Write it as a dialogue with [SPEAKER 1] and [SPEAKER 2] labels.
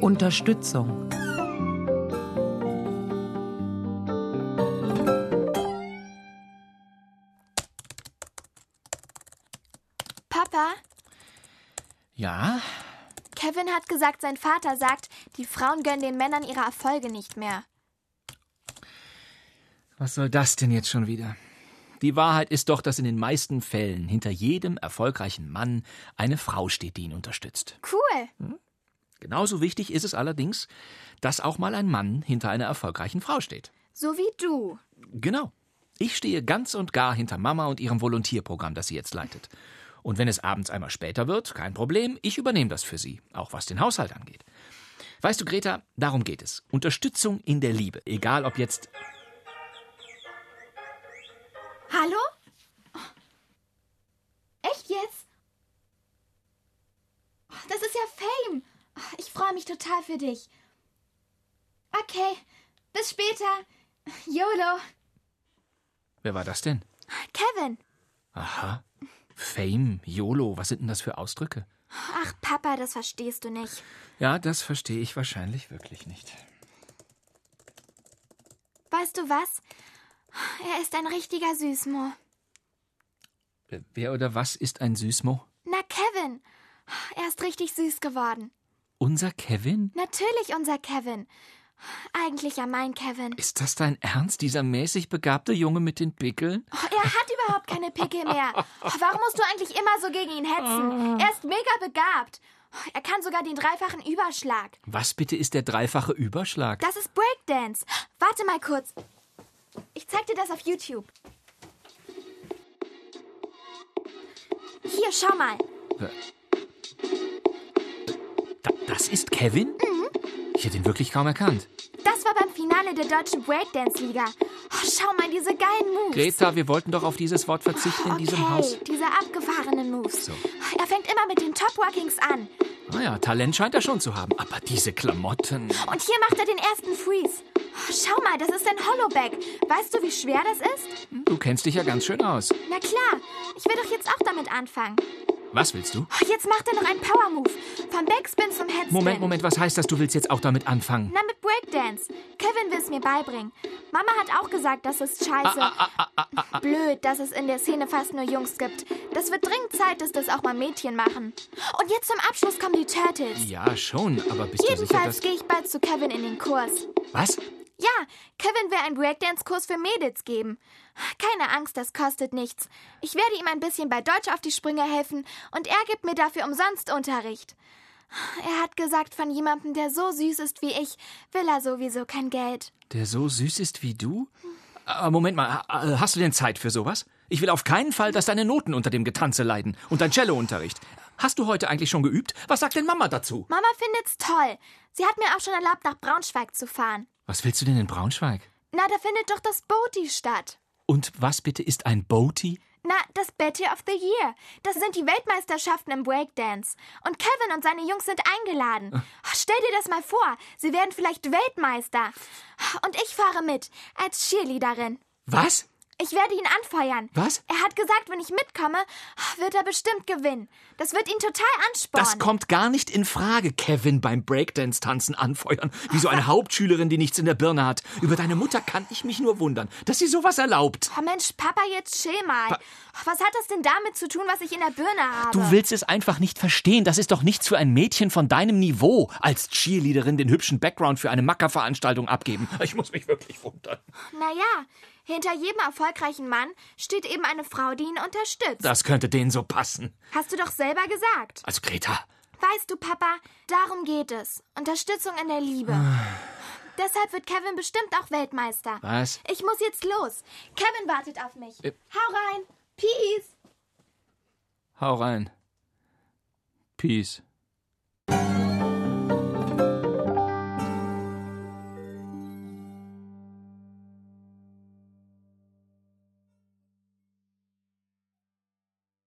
[SPEAKER 1] Unterstützung.
[SPEAKER 2] Papa,
[SPEAKER 3] Ja,
[SPEAKER 2] Kevin hat gesagt, sein Vater sagt, die Frauen gönnen den Männern ihre Erfolge nicht mehr.
[SPEAKER 3] was soll das denn jetzt schon wieder? Die Wahrheit ist doch, dass in den meisten Fällen hinter jedem erfolgreichen Mann eine Frau steht, die ihn unterstützt.
[SPEAKER 2] Cool.
[SPEAKER 3] Genauso wichtig ist es allerdings, dass auch mal ein Mann hinter einer erfolgreichen Frau steht.
[SPEAKER 2] So wie du.
[SPEAKER 3] Genau. Ich stehe ganz und gar hinter Mama und ihrem Volontierprogramm, das sie jetzt leitet. Und wenn es abends einmal später wird, kein Problem, ich übernehme das für sie, auch was den Haushalt angeht. Weißt du, Greta, darum geht es. Unterstützung in der Liebe. Egal ob jetzt.
[SPEAKER 2] Hallo? Echt jetzt? Das ist ja Fame. Ich freue mich total für dich. Okay, bis später. YOLO.
[SPEAKER 3] Wer war das denn?
[SPEAKER 2] Kevin.
[SPEAKER 3] Aha. Fame, YOLO, was sind denn das für Ausdrücke?
[SPEAKER 2] Ach, Papa, das verstehst du nicht.
[SPEAKER 3] Ja, das verstehe ich wahrscheinlich wirklich nicht.
[SPEAKER 2] Weißt du was? Er ist ein richtiger Süßmo.
[SPEAKER 3] Äh, Wer oder was ist ein Süßmo?
[SPEAKER 2] Na, Kevin. Er ist richtig süß geworden.
[SPEAKER 3] Unser Kevin?
[SPEAKER 2] Natürlich unser Kevin. Eigentlich ja mein Kevin.
[SPEAKER 3] Ist das dein Ernst, dieser mäßig begabte Junge mit den Pickeln?
[SPEAKER 2] Oh, er hat überhaupt keine Pickel mehr. Oh, warum musst du eigentlich immer so gegen ihn hetzen? Er ist mega begabt. Oh, Er kann sogar den dreifachen Überschlag.
[SPEAKER 3] Was bitte ist der dreifache Überschlag?
[SPEAKER 2] Das ist Breakdance. Warte mal kurz. Ich zeig dir das auf YouTube. Hier, schau mal.
[SPEAKER 3] Da, das ist Kevin? Ich hätte ihn wirklich kaum erkannt.
[SPEAKER 2] Das war beim Finale der deutschen Breakdance-Liga. Oh, schau mal, diese geilen Moves.
[SPEAKER 3] Greta, wir wollten doch auf dieses Wort verzichten in
[SPEAKER 2] Ah, okay,
[SPEAKER 3] diesem Haus.
[SPEAKER 2] diese abgefahrenen Moves.
[SPEAKER 3] So.
[SPEAKER 2] Er fängt immer mit den Top-Walkings an.
[SPEAKER 3] Naja, Ah Talent scheint er schon zu haben. Aber diese Klamotten.
[SPEAKER 2] Und hier macht er den ersten Freeze. Oh, Schau mal, das ist ein Hollowback. Weißt du, wie schwer das ist?
[SPEAKER 3] Du kennst dich ja ganz schön aus.
[SPEAKER 2] Na klar, ich will doch jetzt auch damit anfangen.
[SPEAKER 3] Was willst du?
[SPEAKER 2] Oh, Jetzt macht er noch einen Power-Move. Vom Backspin zum Headspin.
[SPEAKER 3] Moment, Moment, was heißt das? Du willst jetzt auch damit anfangen?
[SPEAKER 2] Na, mit Breakdance. Kevin will es mir beibringen. Mama hat auch gesagt, das ist scheiße.
[SPEAKER 3] Ah,
[SPEAKER 2] Blöd, dass es in der Szene fast nur Jungs gibt. Das wird dringend Zeit, dass das auch mal Mädchen machen. Und jetzt zum Abschluss kommen die Turtles.
[SPEAKER 3] Ja, schon, aber bist du sicher,
[SPEAKER 2] Jedenfalls
[SPEAKER 3] dass.
[SPEAKER 2] gehe ich bald zu Kevin in den Kurs.
[SPEAKER 3] Was?
[SPEAKER 2] Ja, Kevin will einen Breakdance-Kurs für Mädels geben. Keine Angst, das kostet nichts. Ich werde ihm ein bisschen bei Deutsch auf die Sprünge helfen und er gibt mir dafür umsonst Unterricht. Er hat gesagt, von jemandem, der so süß ist wie ich, will er sowieso kein Geld.
[SPEAKER 3] Der so süß ist wie du? Äh, Moment mal, ha- äh, hast du denn Zeit für sowas? Ich will auf keinen Fall, dass deine Noten unter dem Getanze leiden und dein Cellounterricht. Hast du heute eigentlich schon geübt? Was sagt denn Mama dazu?
[SPEAKER 2] Mama findet's toll. Sie hat mir auch schon erlaubt, nach Braunschweig zu fahren.
[SPEAKER 3] Was willst du denn in Braunschweig?
[SPEAKER 2] Na, da findet doch das Boaty statt.
[SPEAKER 3] Und was bitte ist ein Boaty?
[SPEAKER 2] Na, das Betty of the Year. Das sind die Weltmeisterschaften im Breakdance. Und Kevin und seine Jungs sind eingeladen. Oh, stell dir das mal vor. Sie werden vielleicht Weltmeister. Und ich fahre mit, als Cheerleaderin.
[SPEAKER 3] Was?
[SPEAKER 2] Ich werde ihn anfeuern.
[SPEAKER 3] Was?
[SPEAKER 2] Er hat gesagt, wenn ich mitkomme, oh, wird er bestimmt gewinnen. Das wird ihn total anspornen.
[SPEAKER 3] Das kommt gar nicht in Frage, Kevin beim Breakdance-Tanzen anfeuern, wie so eine Hauptschülerin, die nichts in der Birne hat. Über deine Mutter kann ich mich nur wundern, dass sie sowas erlaubt.
[SPEAKER 2] Oh Mensch, Papa, jetzt chill mal. Oh, Was hat das denn damit zu tun, was ich in der Birne habe?
[SPEAKER 3] Du willst es einfach nicht verstehen. Das ist doch nichts für ein Mädchen von deinem Niveau, als Cheerleaderin den hübschen Background für eine Mackerveranstaltung abgeben. Ich muss mich wirklich wundern.
[SPEAKER 2] Naja, hinter jedem erfolgreichen Mann steht eben eine Frau, die ihn unterstützt.
[SPEAKER 3] Das könnte denen so passen.
[SPEAKER 2] Hast du doch selber gesagt.
[SPEAKER 3] Also Greta,
[SPEAKER 2] Weißt du, Papa, darum geht es. Unterstützung in der Liebe. Deshalb wird Kevin bestimmt auch Weltmeister.
[SPEAKER 3] Was?
[SPEAKER 2] Ich muss jetzt los. Kevin wartet auf mich.
[SPEAKER 3] Äh.
[SPEAKER 2] Hau rein. Peace.
[SPEAKER 3] hau rein. Peace.